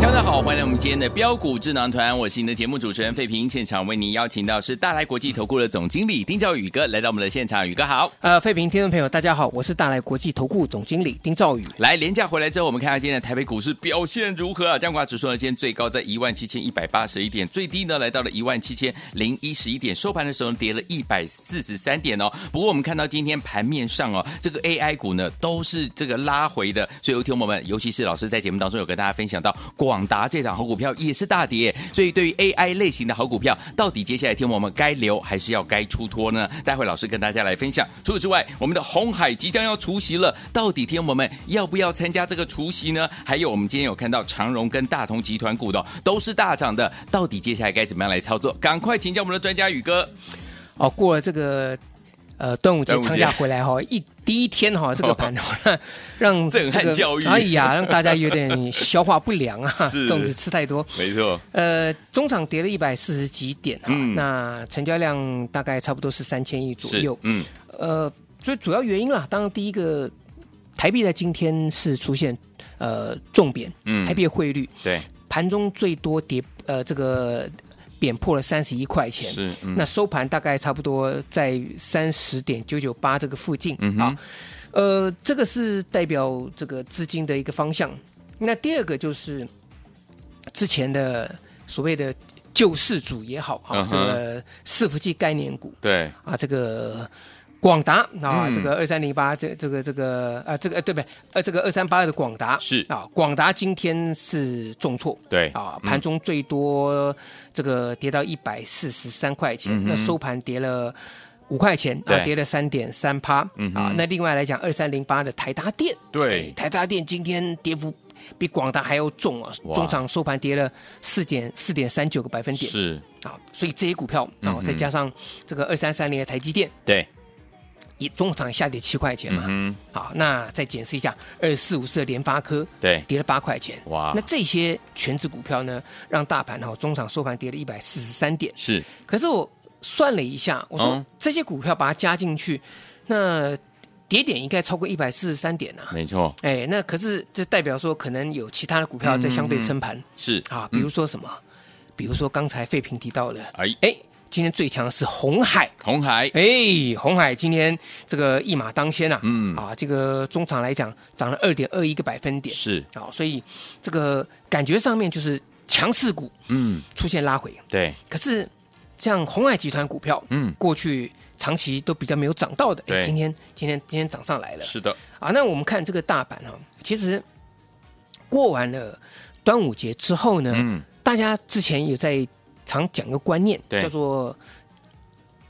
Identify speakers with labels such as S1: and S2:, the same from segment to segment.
S1: 大家好，欢迎来我们今天的标股智囊团，我是你的节目主持人费平。现场为您邀请到是大来国际投顾的总经理丁兆宇哥来到我们的现场，宇哥好。
S2: 呃，废品听众朋友，大家好，我是大来国际投顾总经理丁兆宇。
S1: 来，廉价回来之后，我们看看今天的台北股市表现如何啊？加权指数呢，今天最高在一万七千一百八十一点，最低呢来到了一万七千零一十一点，收盘的时候呢跌了一百四十三点哦。不过我们看到今天盘面上哦，这个 AI 股呢都是这个拉回的，所以有听我们，尤其是老师在节目当中有跟大家分享到，广达这档好股票也是大跌，所以对于 AI 类型的好股票，到底接下来听我们该留还是要该出脱呢？待会老师跟大家来分享。除此之外，我们的红海即将要除夕了，到底听我们要不要参加这个除夕呢？还有我们今天有看到长荣跟大同集团股的哦都是大涨的，到底接下来该怎么样来操作？赶快请教我们的专家宇哥。
S2: 哦，过了这个呃端午节
S1: 端午节哦
S2: 长假回来哈、一第一天哈、这 个盘让
S1: 震撼
S2: 这个
S1: 教育
S2: 哎呀，让大家有点消化不良啊
S1: 是，
S2: 粽子吃太多。
S1: 没错，
S2: 呃，中场跌了一百四十几点啊、
S1: 嗯
S2: 那成交量大概差不多是三千亿左
S1: 是
S2: 右。
S1: 嗯，
S2: 呃，最主要原因啦，当然第一个，台币在今天是出现呃重贬，
S1: 嗯
S2: 台币的汇率
S1: 对，
S2: 盘中最多跌呃这个贬破了三十一块钱，
S1: 是嗯
S2: 那收盘大概差不多在三十点九九八这个附近、
S1: 嗯哼
S2: 啊，呃，这个是代表这个资金的一个方向。那第二个就是之前的所谓的救世主也好啊，
S1: 嗯哼
S2: 这个伺服器概念股，
S1: 对，
S2: 啊，这个广达啊，
S1: 嗯
S2: 这个二三零八，这这个这个啊，这个呃对不对？呃，这个二三八二的广达
S1: 是
S2: 啊，广达今天是重挫，
S1: 对
S2: 啊，
S1: 嗯
S2: 盘中最多这个跌到一百四十三块钱，
S1: 嗯哼
S2: 那收盘跌了。五块钱啊
S1: 对，
S2: 跌了三点三趴
S1: 嗯哼
S2: 啊。那另外来讲，二三零八的台达电，
S1: 对
S2: 哎台达电今天跌幅比广达还要重啊，
S1: 哇
S2: 中场收盘跌了四点四点三九个百分点。
S1: 是，
S2: 啊，所以这些股票
S1: 嗯
S2: 啊，
S1: 哼
S2: 再加上这个二三三零的台积电，
S1: 对，
S2: 也中场下跌七块钱嘛。
S1: 嗯
S2: 好，那再解释一下二四五四的联发科，
S1: 对
S2: 跌了八块钱。
S1: 哇
S2: 那这些全指股票呢，让大盘哈、中场收盘跌了一百四十三点
S1: 哼，。是，
S2: 可是我算了一下，我说
S1: 嗯
S2: 这些股票把它加进去，那跌点应该超过一百四十三点啊。
S1: 没错，
S2: 哎，那可是这代表说，可能有其他的股票在相对撑盘。
S1: 是
S2: 啊，比如
S1: 嗯
S2: 说什么？比如说刚才费平提到的，
S1: 哎
S2: 哎哎，今天最强的是红海。
S1: 红海，
S2: 哎，红海今天这个一马当先啊，
S1: 嗯
S2: 啊，这个中场来讲涨了二点二一个百分点，
S1: 是，
S2: 啊，所以这个感觉上面就是强势股
S1: 嗯，
S2: 出现拉回，
S1: 对，
S2: 可是像红海集团股票，
S1: 嗯
S2: 过去长期都比较没有涨到的，哎
S1: 对
S2: 今天今天今天涨上来了，
S1: 是的，
S2: 啊，那我们看这个大盘啊，其实过完了端午节之后呢，
S1: 嗯
S2: 大家之前有在常讲个观念，
S1: 对
S2: 叫做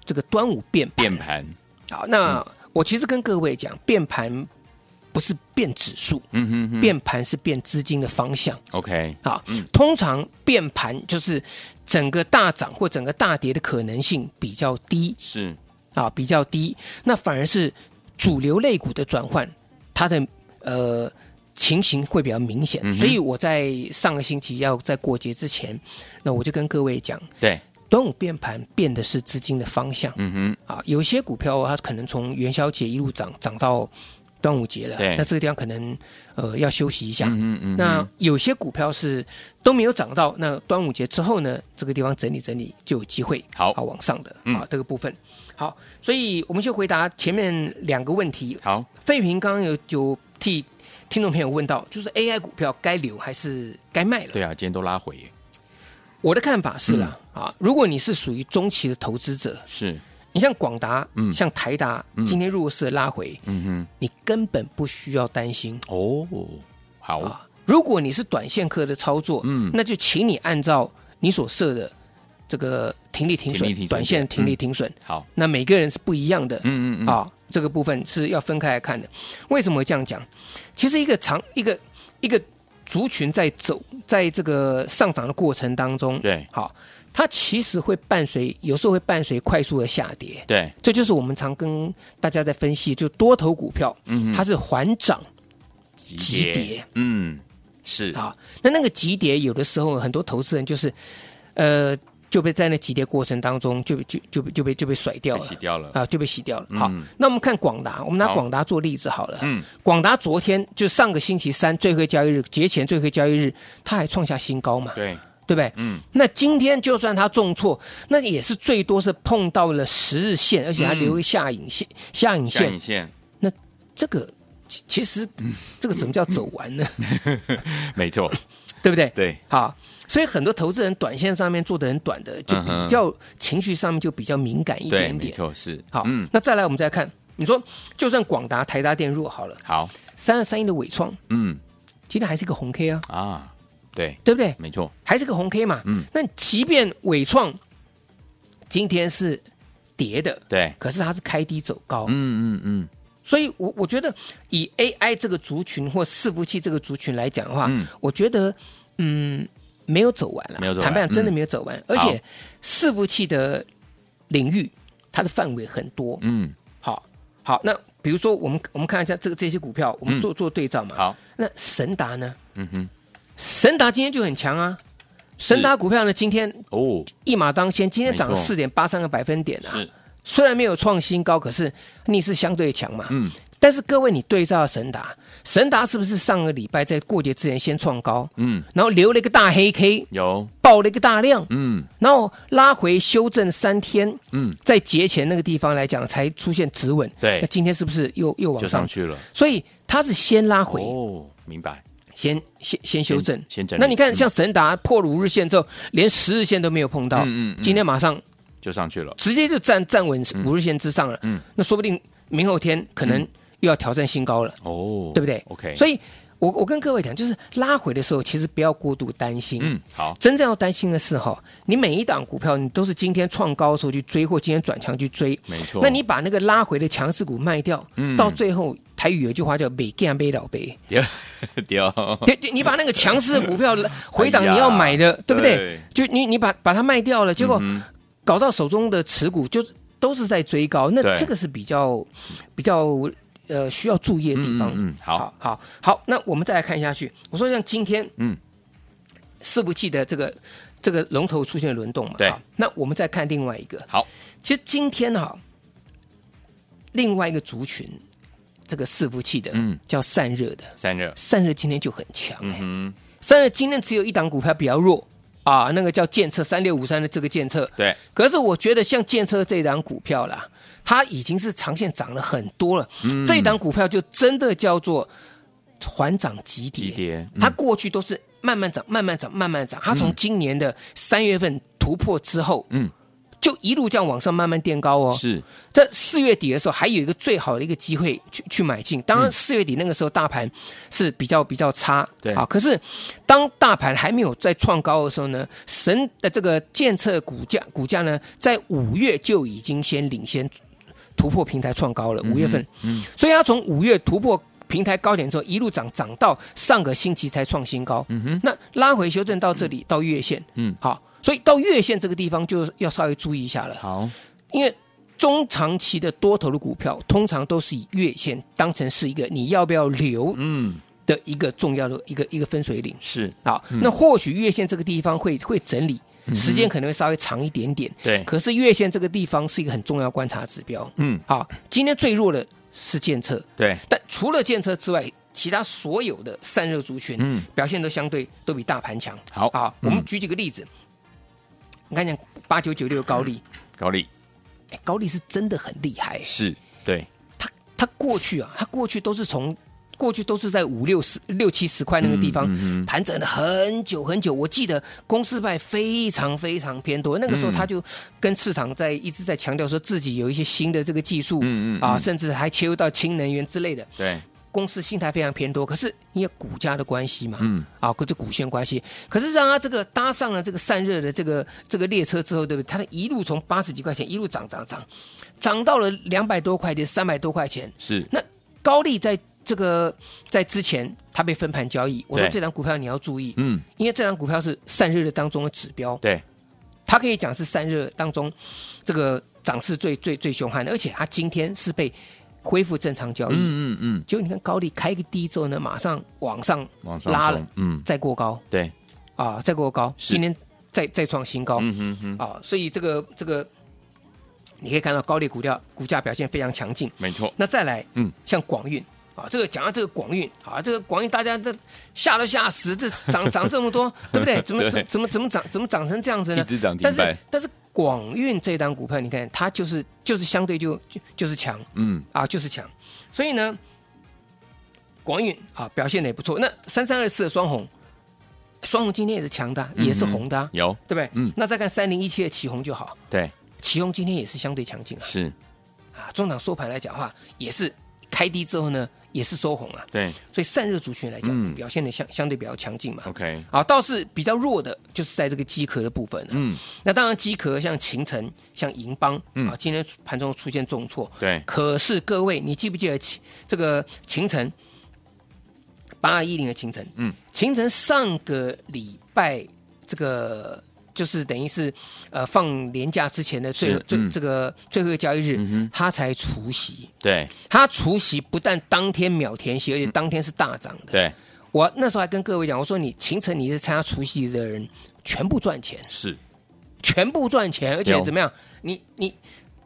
S2: 这个端午变盘
S1: 变盘，嗯
S2: 好，那、我其实跟各位讲，变盘不是变指数，
S1: 嗯哼哼
S2: 变盘是变资金的方向。
S1: ，OK，
S2: 啊，通常变盘就是整个大涨或整个大跌的可能性比较低
S1: 是，
S2: 啊，比较低。那反而是主流类股的转换，它的呃情形会比较明显。
S1: 嗯哼
S2: 所以我在上个星期要在过节之前，那我就跟各位讲，
S1: 对，
S2: 端午变盘变的是资金的方向。
S1: 嗯哼，
S2: 啊，有些股票它可能从元宵节一路涨涨到端午节了，
S1: 对
S2: 那这个地方可能呃要休息一下。
S1: 嗯嗯
S2: 那有些股票是都没有涨到，那端午节之后呢，这个地方整理整理就有机会
S1: 好
S2: 啊往上的、
S1: 嗯
S2: 啊这个部分。好，所以我们先回答前面两个问题。
S1: 好，
S2: 费平刚刚有有替听众朋友问到，就是 AI 股票该留还是该卖了？
S1: 对啊，今天都拉回耶，
S2: 我的看法是啦、
S1: 嗯
S2: 啊，如果你是属于中期的投资者，
S1: 是，
S2: 你像广达，
S1: 嗯
S2: 像台达，今天弱势拉回，
S1: 嗯
S2: 你根本不需要担心
S1: 哼，哦，好，
S2: 啊。如果你是短线客的操作，
S1: 嗯
S2: 那就请你按照你所设的这个停利停
S1: 停
S2: 损
S1: 利停损，
S2: 短线停利停损。
S1: 好，
S2: 那每个人是不一样的，
S1: 嗯嗯嗯，
S2: 啊，这个部分是要分开来看的。为什么会这样讲？其实一个长一个一个族群在走，在这个上涨的过程当中，
S1: 对
S2: 好，它其实会伴随，有时候会伴随快速的下跌。
S1: 对，
S2: 这就是我们常跟大家在分析，就多头股票，
S1: 嗯哼
S2: 它是缓涨
S1: 急
S2: 急跌，
S1: 嗯，是，
S2: 啊。那那个急跌，有的时候很多投资人就是，呃，就被在那急跌过程当中就被就就被就被就被甩掉
S1: 被
S2: 了
S1: 洗掉了，
S2: 啊，就被洗掉了。
S1: 嗯
S2: 好，那我们看广达，我们拿
S1: 好
S2: 广达做例子好了。
S1: 嗯，
S2: 广达昨天就上个星期三最后一个交易日节前最后一个交易日，它还创下新高嘛，
S1: 对，
S2: 对不对？
S1: 嗯，
S2: 那今天就算它重挫，那也是最多是碰到了十日线，而且还留了下影线，下影
S1: 下
S2: 线
S1: 影线，
S2: 这个。其其实，这个怎么叫走完呢？
S1: 没错，
S2: 对不对？
S1: 嗯对，
S2: 好，所以很多投资人短线上面做的很短的，就
S1: 嗯哼
S2: 比较情绪上面就比较敏感一
S1: 对，
S2: 点
S1: 没
S2: 点。
S1: 错，是，
S2: 好，
S1: 嗯，
S2: 那再来我们再看，你说就算广达、台达电弱好了，
S1: 好，
S2: 三二三一的伟创
S1: 嗯，
S2: 今天还是个红 K 啊，
S1: 啊，对，
S2: 对不对？
S1: 没错，
S2: 还是个红 K 嘛。
S1: 嗯，
S2: 那即便伟创今天是跌的，
S1: 对，
S2: 可是它是开低走高，
S1: 嗯嗯嗯，
S2: 所以我我觉得以 AI 这个族群或伺服器这个族群来讲的话，
S1: 嗯
S2: 我觉得嗯没有走完了，
S1: 没有走完
S2: 坦白讲，真的
S1: 嗯
S2: 没有走完，而且伺服器的领域它的范围很多，
S1: 嗯，
S2: 好好，那比如说我们我们看一下这个这些股票，我们做、做对照
S1: 嗯
S2: 嘛。
S1: 好，
S2: 那神达呢？
S1: 嗯哼，
S2: 神达今天就很强啊。神达股票呢，今天
S1: 哦，
S2: 一马当先，今天涨
S1: 没
S2: 了
S1: 错
S2: 四点八三个百分点啊。
S1: 是，
S2: 虽然没有创新高，可是逆势相对强嘛。
S1: 嗯，
S2: 但是各位，你对照神达，神达是不是上个礼拜在过节之前先创高，
S1: 嗯，
S2: 然后留了一个大黑 K，
S1: 有，
S2: 爆了一个大量，
S1: 嗯，
S2: 然后拉回修正三天，
S1: 嗯，
S2: 在节前那个地方来讲才出现止稳。
S1: 对
S2: 那今天是不是又又
S1: 就
S2: 往
S1: 上
S2: 上？
S1: 去了，
S2: 所以它是先拉回，
S1: 哦，明白，
S2: 先先先修正，
S1: 先整理
S2: 那你看，
S1: 嗯
S2: 像神达破了五日线之后，连十日线都没有碰到，
S1: 嗯嗯嗯
S2: 今天马上
S1: 就上去了，
S2: 直接就站站稳五日线之上了。
S1: 嗯
S2: 那说不定明后天可能又要挑战新高了，
S1: 哦，
S2: 对不对
S1: ？OK，
S2: 所
S1: 以，
S2: 以我我跟各位讲，就是拉回的时候，其实不要过度担心。
S1: 嗯，好，
S2: 真正要担心的是哈，你每一档股票你都是今天创高的时候去追，或今天转强去追，
S1: 没错，
S2: 那你把那个拉回的强势股卖掉，
S1: 嗯
S2: 到最后台语有一句话叫“每干杯老杯”，
S1: 丢 丢，
S2: 对，对，你把那个强势的股票回档
S1: 哎呀
S2: 你要买的，对不对
S1: 对？
S2: 就你你把把它卖掉了，结果
S1: 嗯哼
S2: 搞到手中的持股就都是在追高，那
S1: 对
S2: 这个是比较比较呃需要注意的地方。
S1: 嗯嗯嗯好
S2: 好好好那我们再来看下去。我说像今天，
S1: 嗯
S2: 嗯，伺服器的这个这个龙头出现了轮动嘛，
S1: 对
S2: 好。那我们再看另外一个，
S1: 好，
S2: 其实今天哈，另外一个族群，这个伺服器的，
S1: 嗯
S2: 嗯，叫散热的。
S1: 散热，
S2: 散热今天就很强、哎
S1: 嗯，
S2: 散热今天只有一档股票比较弱啊，那个叫建测三六五三的这个建测。
S1: 对，
S2: 可是我觉得像建测这一档股票啦，它已经是长线涨了很多了，
S1: 嗯
S2: 这一档股票就真的叫做缓涨急跌。
S1: 急跌嗯
S2: 它过去都是慢慢涨、慢慢涨、慢慢涨，它从今年的三月份突破之后，
S1: 嗯。
S2: 就一路这样往上慢慢垫高哦，
S1: 是，
S2: 在四月底的时候，还有一个最好的一个机会去去买进。当然，四月底那个时候大盘是比较比较差，
S1: 对
S2: 啊。可是当大盘还没有在创高的时候呢，神的这个建测股价股价呢，在五月就已经先领先突破平台创高了。五月份，嗯，所以它从五月突破。平台高点之后一路涨，涨到上个星期才创新高。嗯哼，那拉回修正到这里，到月线。
S1: 嗯
S2: 嗯，好，所以到月线这个地方就要稍微注意一下了。
S1: 好，
S2: 因为中长期的多头的股票，通常都是以月线当成是一个你要不要留
S1: 嗯，
S2: 的一个重要的一个一个分水岭。
S1: 是，嗯
S2: 好，那或许月线这个地方会会整理，时间可能会稍微长一点点。
S1: 对，
S2: 可是月线这个地方是一个很重要观察指标。
S1: 嗯，
S2: 好，今天最弱的是建测，
S1: 对，
S2: 但除了建测之外，其他所有的散热族群，
S1: 嗯
S2: 表现都相对都比大盘强。
S1: 好
S2: 啊，
S1: 嗯
S2: 我们举几个例子，你看讲八九九六高
S1: 嗯
S2: 丽，
S1: 高丽
S2: 哎高丽是真的很厉害，
S1: 是，对，
S2: 它它过去啊，它过去都是从过去都是在五六十六七十块那个地方
S1: 嗯嗯嗯
S2: 盘整了很久很久。我记得公司派非常非常偏多，那个时
S1: 嗯
S2: 候他就跟市场在一直在强调说自己有一些新的这个技术，
S1: 嗯嗯嗯
S2: 啊，甚至还切入到氢能源之类的。
S1: 对，
S2: 公司心态非常偏多，可是因为股价的关系嘛，
S1: 嗯
S2: 嗯，啊，跟这股线关系，可是让它这个搭上了这个散热的这个这个列车之后，对不对？它的一路从八十几块钱一路涨涨涨，涨到了两百多块钱、三百多块钱。
S1: 是
S2: 那高利在这个在之前它被分盘交易，我说
S1: 对
S2: 这张股票你要注意，
S1: 嗯
S2: 因为这张股票是散热的当中的指标，
S1: 对
S2: 它可以讲是散热当中这个涨势最最最凶悍的，而且它今天是被恢复正常交易。
S1: 嗯嗯嗯
S2: 结果你看高利开一个低之后呢，马上往上
S1: 往上
S2: 拉
S1: 冲
S2: 了，
S1: 嗯
S2: 再过高
S1: 对
S2: 啊，再过高，
S1: 是
S2: 今天再再创新高
S1: 嗯哼哼
S2: 啊，所以这个这个你可以看到高利股票股价表现非常强劲。
S1: 没错
S2: 那再来，
S1: 嗯
S2: 嗯，像广运啊，这个讲到这个广运啊，这个广运大家这吓都吓死，这涨涨这 么多，对不对？怎么怎
S1: 对
S2: 么怎么怎么涨怎么涨成这样子呢？
S1: 一直涨停
S2: 但是
S1: 板
S2: 但是广运这档股票，你看它就是就是相对就就就是强
S1: 嗯
S2: 啊，就是强，所以呢，广运啊表现的也不错。那三三二四的双红，双红今天也是强的啊，也是红的啊、
S1: 有
S2: 对不对？
S1: 嗯
S2: 那再看三零一七的旗红就好，
S1: 对
S2: 旗红今天也是相对强劲啊。
S1: 是
S2: 啊，中场收盘来讲的话，也是开低之后呢，也是收红啊。
S1: 对
S2: 所以散热族群来讲，
S1: 嗯
S2: 表现的相相对比较强劲嘛。
S1: OK
S2: 啊，倒是比较弱的，就是在这个机壳的部分、啊。
S1: 嗯
S2: 那当然机壳像秦城、像银邦
S1: 嗯
S2: 啊，今天盘中出现重挫。
S1: 对
S2: 可是各位，你记不记得秦这个秦城八二一零的秦城？
S1: 嗯，
S2: 秦城上个礼拜这个就是等于是呃放年假之前的最
S1: 是
S2: 最、
S1: 嗯
S2: 这个最后一个交易日，
S1: 哼
S2: 它才除息。
S1: 对
S2: 它除息不但当天秒填息，而且当天是大涨的。
S1: 对
S2: 我那时候还跟各位讲，我说你秦城你是参加除夕的人，全部赚钱，
S1: 是
S2: 全部赚钱，而且
S1: 有
S2: 怎么样？你你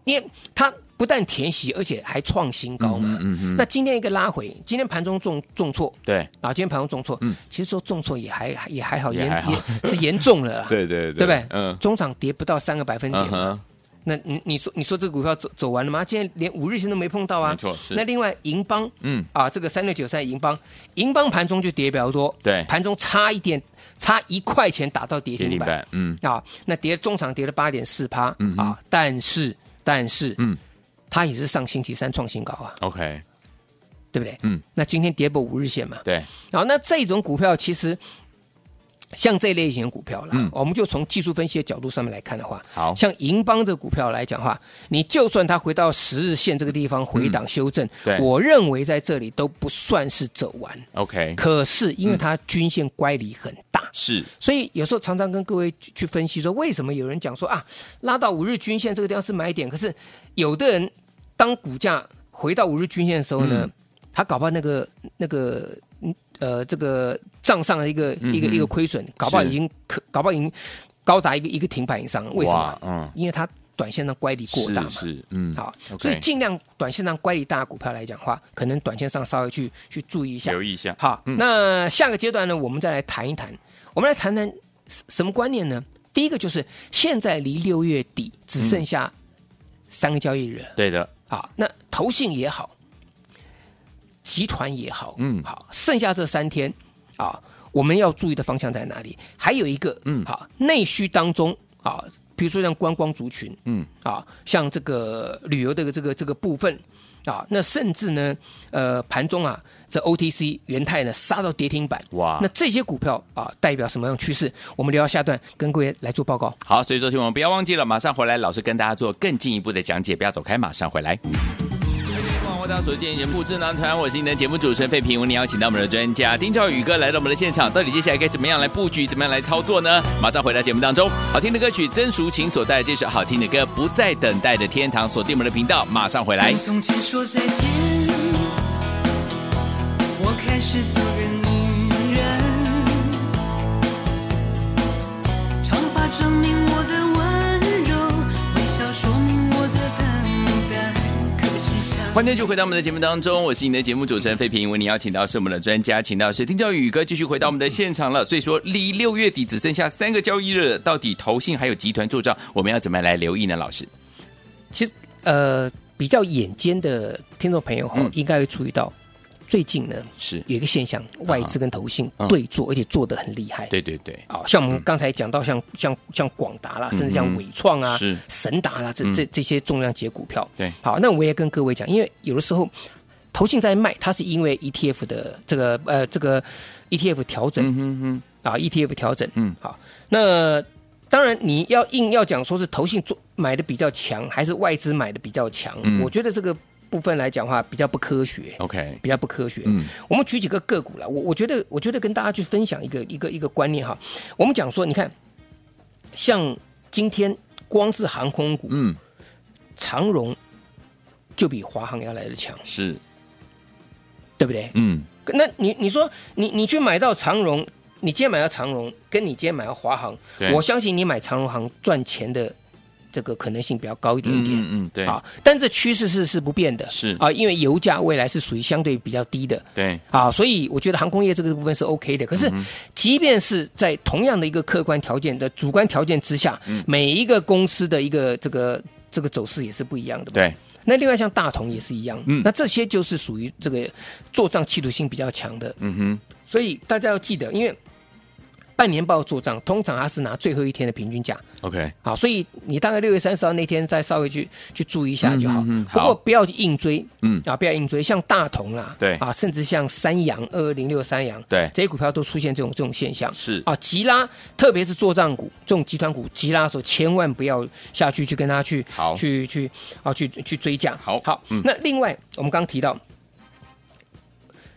S2: 你，它不但填息，而且还创新高嘛。
S1: 嗯
S2: 那今天一个拉回，今天盘中重重挫。
S1: 对
S2: 啊，今天盘中重挫，其实说重挫也还也还好，
S1: 嗯也
S2: 严
S1: 还好
S2: 也是严重了
S1: ，
S2: 啦
S1: 对对
S2: 对不对？
S1: 嗯
S2: 中场跌不到三个百分点
S1: 嗯
S2: 嘛，
S1: 哼
S2: 那你你说你说这个股票走走完了吗？今天连五日线都没碰到啊，
S1: 没错是
S2: 那另外银邦，
S1: 嗯
S2: 啊，这个三六九三银邦，银邦盘中就跌比较多，
S1: 对
S2: 盘中差一点，差一块钱打到跌
S1: 跌
S2: 停
S1: 停
S2: 板
S1: 板嗯
S2: 啊，那跌中场跌了八点四趴，
S1: 嗯哼
S2: 啊，但是但是，
S1: 嗯，
S2: 它也是上星期三创新高啊，
S1: OK
S2: 对不对？
S1: 嗯，
S2: 那今天跌破五日线嘛，
S1: 对
S2: 好，那这种股票其实像这类型的股票啦，
S1: 嗯
S2: 我们就从技术分析的角度上面来看的话，
S1: 好
S2: 像银邦这股票来讲的话，你就算它回到十日线这个地方回档修正，
S1: 嗯对嗯
S2: 我认为在这里都不算是走完。
S1: OK
S2: 可是因为
S1: 嗯
S2: 它均线乖离很大，
S1: 是
S2: 所以有时候常常跟各位去去分析说，为什么有人讲说啊，拉到五日均线这个地方是买点，可是有的人当股价回到五日均线的时候
S1: 嗯
S2: 呢，他搞不好那个那个嗯呃这个账上的一个、一个
S1: 嗯哼
S2: 一个亏损，搞不好已经可搞不好已经高达一个一个停板以上，为什么
S1: 哇？嗯
S2: 因为它短线上乖离过大嘛。
S1: 是是嗯
S2: 好，
S1: OK
S2: 所以尽量短线上乖离大的股票来讲的话，可能短线上稍微去去注意一下，
S1: 留意一下
S2: 好，
S1: 嗯
S2: 那下个阶段呢，我们再来谈一谈，我们来谈谈什什么观念呢？第一个就是现在离六月底只剩下三个交易日了
S1: 对的
S2: 啊、那投信也好，集团也好，
S1: 嗯
S2: 嗯，好，剩下这三天啊，我们要注意的方向在哪里？还有一个，
S1: 嗯
S2: 嗯，好，内需当中啊，比如说像观光族群，
S1: 嗯
S2: 嗯，啊，像这个旅游的这个这个部分啊，那甚至呢，呃，盘中啊，这 OTC 元泰呢杀到跌停板，
S1: 哇
S2: 那这些股票啊，代表什么样的趋势？我们留到下段跟各位来做报告。
S1: 好，所以昨天我们不要忘记了，马上回来，老师跟大家做更进一步的讲解，不要走开，马上回来。欢迎大家所见人不智囊团，我是你的节目主持人费平。我们邀请到我们的专家丁兆宇哥来到我们的现场，到底接下来该怎么样来布局，怎么样来操作呢？马上回到节目当中，好听的歌曲曾淑琴所带来这首好听的歌《不再等待的天堂》，锁定我们的频道，马上回来
S3: 跟。从前说再见，我开始做个女人，长发证明我的温柔，微笑说明我的等待。可惜相
S1: 欢迎继续回到我们的节目当中，我是你的节目主持人费平。为你邀请到是我们的专家，请到是丁兆宇宇哥继续回到我们的现场了。所以说，离六月底只剩下三个交易日了，到底投信还有集团做账，我们要怎么来留意呢？老师，
S2: 其实呃，比较眼尖的听众朋友哈、
S1: 嗯
S2: 应该会注意到，最近呢
S1: 是
S2: 有一个现象，外资跟投信
S1: 啊嗯
S2: 对做，而且做得很厉害。
S1: 对对对，
S2: 啊，像我们刚才讲到像，像像广达啦，甚至
S1: 嗯
S2: 像
S1: 哼
S2: 伟创啊、
S1: 是嗯
S2: 神达啦，这这这些重量级的股票。
S1: 对
S2: 好，那我也跟各位讲，因为有的时候投信在卖，它是因为 ETF 的这个呃这个 ETF 调整，
S1: 嗯哼哼，
S2: 啊，ETF 调整，
S1: 嗯
S2: 嗯，好，那当然你要硬要讲说是投信做买的比较强，还是外资买的比较强，
S1: 嗯
S2: 我觉得这个部分来讲的话比较不科学。
S1: ，OK，
S2: 比较不科学，
S1: 嗯
S2: 我们举几个个股来，我我觉得，我觉得跟大家去分享一个一个一个观念哈。我们讲说，你看，像今天光是航空股，
S1: 嗯，
S2: 长荣就比华航要来的强，
S1: 是，
S2: 对不对？
S1: 嗯，
S2: 那你你说你你去买到长荣，你今天买到长荣，跟你今天买到华航
S1: 对，
S2: 我相信你买长荣航赚钱的这个可能性比较高一点
S1: 嗯
S2: 点。
S1: 嗯嗯，对，
S2: 好，但这趋势是是不变的，
S1: 是
S2: 啊，因为油价未来是属于相对比较低的，
S1: 对，
S2: 啊，所以我觉得航空业这个部分是 OK 的。可是，
S1: 嗯
S2: 即便是在同样的一个客观条件的主观条件之下，
S1: 嗯
S2: 每一个公司的一个这个这个走势也是不一样的。。
S1: 对，
S2: 那另外像大同也是一样，
S1: 嗯
S2: 那这些就是属于这个做账企图性比较强的，
S1: 嗯哼，
S2: 所以大家要记得，因为半年报做账通常它是拿最后一天的平均价，
S1: OK，
S2: 好，所以你大概六月三十号那天再稍微去去注意一下就好。
S1: 嗯嗯嗯
S2: 不
S1: 好
S2: 过不要硬追，
S1: 嗯
S2: 啊，不要硬追，像大同啦，
S1: 对
S2: 啊，甚至像三阳二二零六三阳，
S1: 对
S2: 这些股票都出现这种这种现象。
S1: 是
S2: 啊，吉拉，特别是做账股这种集团股，吉拉的时候千万不要下去去跟它去
S1: 好
S2: 去去啊去去追价。
S1: 好
S2: 好，
S1: 嗯
S2: 那另外我们刚提到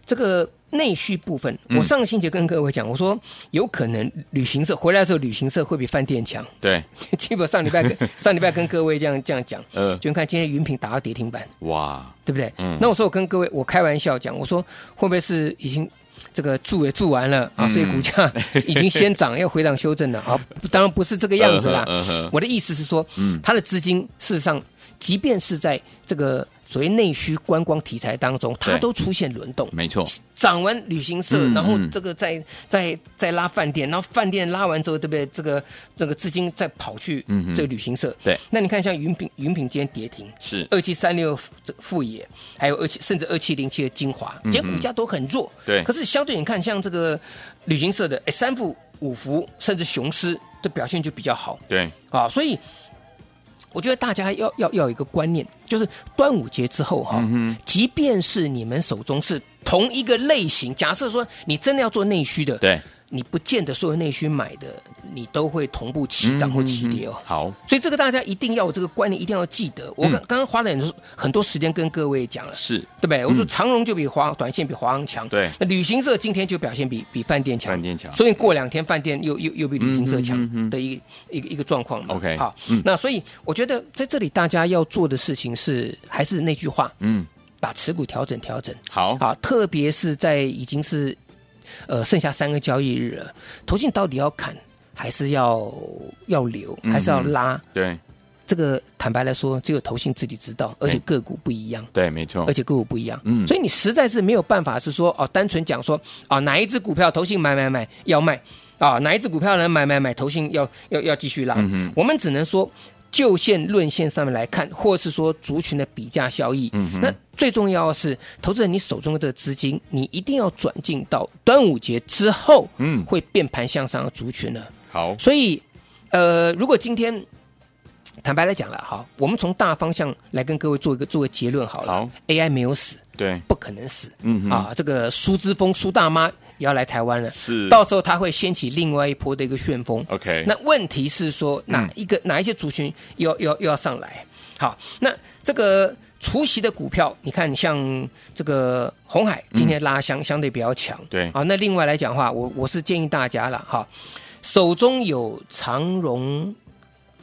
S2: 这个内需部分，
S1: 嗯
S2: 我上个星期跟各位讲，我说有可能旅行社回来的时候，旅行社会比饭店强。
S1: 对，
S2: 基本上礼 拜跟上礼拜跟各位这样这样讲，
S1: 呃
S2: 就你看今天云品打到跌停板，
S1: 哇，
S2: 对不对？
S1: 嗯
S2: 那我说我跟各位我开玩笑讲，我说会不会是已经这个住也住完了
S1: 嗯
S2: 啊，所以股价已经先涨要回档修正了啊？不当然不是这个样子啦。
S1: 嗯哼嗯哼嗯
S2: 我的意思是说，它的资金事实上，即便是在这个所谓内需观光题材当中，它
S1: 对
S2: 都出现轮动。
S1: 没错，
S2: 涨完旅行社，
S1: 嗯
S2: 然后
S1: 嗯
S2: 这个再再再拉饭店，然后饭店拉完之后，对不对？这个这个资金再跑去
S1: 嗯哼
S2: 这个旅行社。
S1: 对
S2: 那你看像云品，云品今天跌停，
S1: 是，
S2: 二七三六这富野，还有二七甚至二七零七的精华，这些股价都很弱。
S1: 嗯对
S2: 可是相对你看，像这个旅行社的哎三富、五福，甚至雄狮的表现就比较好。
S1: 对，
S2: 啊，所以我觉得大家要要要有一个观念，就是端午节之后哈、即便是你们手中是同一个类型，假设说你真的要做内需的，
S1: 对，
S2: 你不见得所有内需买的你都会同步起涨或起跌哦。
S1: 嗯好，
S2: 所以这个大家一定要有这个观念，一定要记得。我刚刚刚花了很多很多时间跟各位讲了，
S1: 是
S2: 对不对？我说长荣就比华短线比华航强，
S1: 嗯对
S2: 那旅行社今天就表现比比饭店强，
S1: 饭店强
S2: 所以过两天饭店又又又比旅行
S1: 嗯
S2: 社
S1: 哼嗯哼
S2: 强的一个一个一个状况嘛。
S1: OK，
S2: 好
S1: 嗯，
S2: 那所以我觉得在这里大家要做的事情是，还是那句话，
S1: 嗯，
S2: 把持股调整调整。
S1: 好，
S2: 啊，特别是在已经是呃剩下三个交易日了，投信到底要砍还是要要留，还是要
S1: 嗯哼
S2: 拉？
S1: 对，
S2: 这个坦白来说，只有投信自己知道，而且
S1: 对
S2: 个股不一样。
S1: 对，没错
S2: 而，且个股不一样，
S1: 哦嗯
S2: 所以你实在是没有办法是说哦，单纯讲说哦，哪一只股票投信买买买要卖啊、哪一只股票呢买买买投信要要要继续拉，
S1: 嗯哼
S2: 我们只能说就线论线上面来看，或是说族群的比价效益，嗯、那最重要的是投资人你手中的这个资金，你一定要转进到端午节之后，
S1: 嗯
S2: 会变盘向上的族群了。
S1: 好，
S2: 所以，呃，如果今天坦白来讲了，哈，我们从大方向来跟各位做一个做个结论好了。
S1: 好
S2: a i 没有死，
S1: 对，
S2: 不可能死。
S1: 嗯哼
S2: 啊，这个苏之峰苏大妈也要来台湾了，
S1: 是
S2: 到时候他会掀起另外一波的一个旋风。
S1: ，OK，嗯
S2: 那问题是说哪一个、哪一些族群又要又要又要上来？好，那这个除夕的股票，你看像这个红海今天拉相、相对比较强，
S1: 嗯对
S2: 啊。那另外来讲的话，我我是建议大家了哈，手中有长荣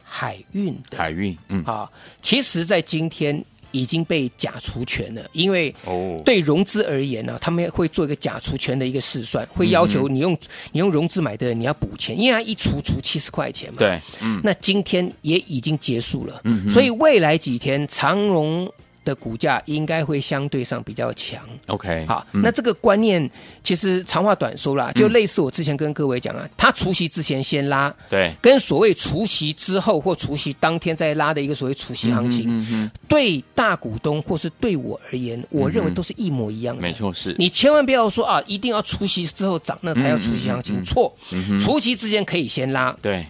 S2: 海运的
S1: 海运，嗯，
S2: 啊，其实在今天。已经被假除权了，因为
S1: 哦
S2: 对融资而言呢、他们会做一个假除权的一个试算，会要
S1: 嗯
S2: 求你用、你用融资买的，你要补钱，因为它一除除七十块钱嘛。
S1: 对，嗯，
S2: 那今天也已经结束了，所以未来几天长荣的股价应该会相对上比较强。
S1: ，OK，
S2: 好，
S1: 嗯
S2: 那这个观念其实长话短说啦，就类似我之前跟各位讲啊，它除夕之前先拉，
S1: 对，
S2: 跟所谓除夕之后或除夕当天再拉的一个所谓除夕行
S1: 嗯
S2: 情，对大股东或是对我而言，我认为都是一模一样的。
S1: 嗯没错，是，
S2: 你千万不要说啊，一
S1: 嗯
S2: 定要除夕之后涨，那才叫除夕行情。错，除夕之前可以先拉，
S1: 对，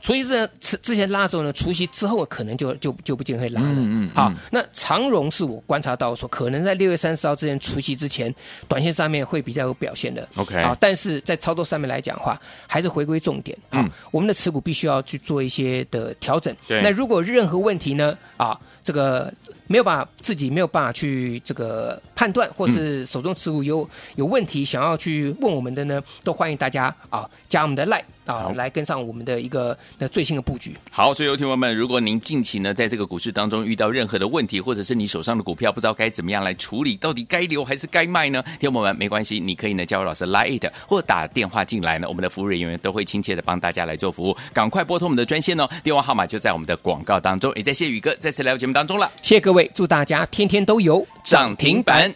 S2: 除夕这之之前拉的时候呢，除夕之后可能就就就不见会拉了。
S1: 嗯嗯嗯
S2: 好，那长荣是我观察到说，可能在六月三十号之前除夕之前，短线上面会比较有表现的。
S1: OK
S2: 好，但是在操作上面来讲的话，还是回归重点。好，
S1: 嗯
S2: 我们的持股必须要去做一些的调整。
S1: 对
S2: 那如果任何问题呢，啊，这个没有办法自己没有办法去这个判断，或是手中持股有有问题想要去问我们的呢，都欢迎大家啊加我们的 line 啊
S1: 好
S2: 来跟上我们的一个那最新的布局。
S1: 好，所以有听众朋友们，如果您近期呢在这个股市当中遇到任何的问题，或者是你手上的股票不知道该怎么样来处理，到底该留还是该卖呢？听众朋友们，没关系，你可以呢加入老师 Line 或打电话进来呢，我们的服务人员都会亲切的帮大家来做服务。赶快拨通我们的专线哦，电话号码就在我们的广告当中。也在谢宇哥再次来到节目当中了，
S2: 谢谢各位，祝大家天天都有
S1: 涨停板。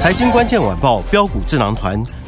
S4: 财经关键晚报标股智囊团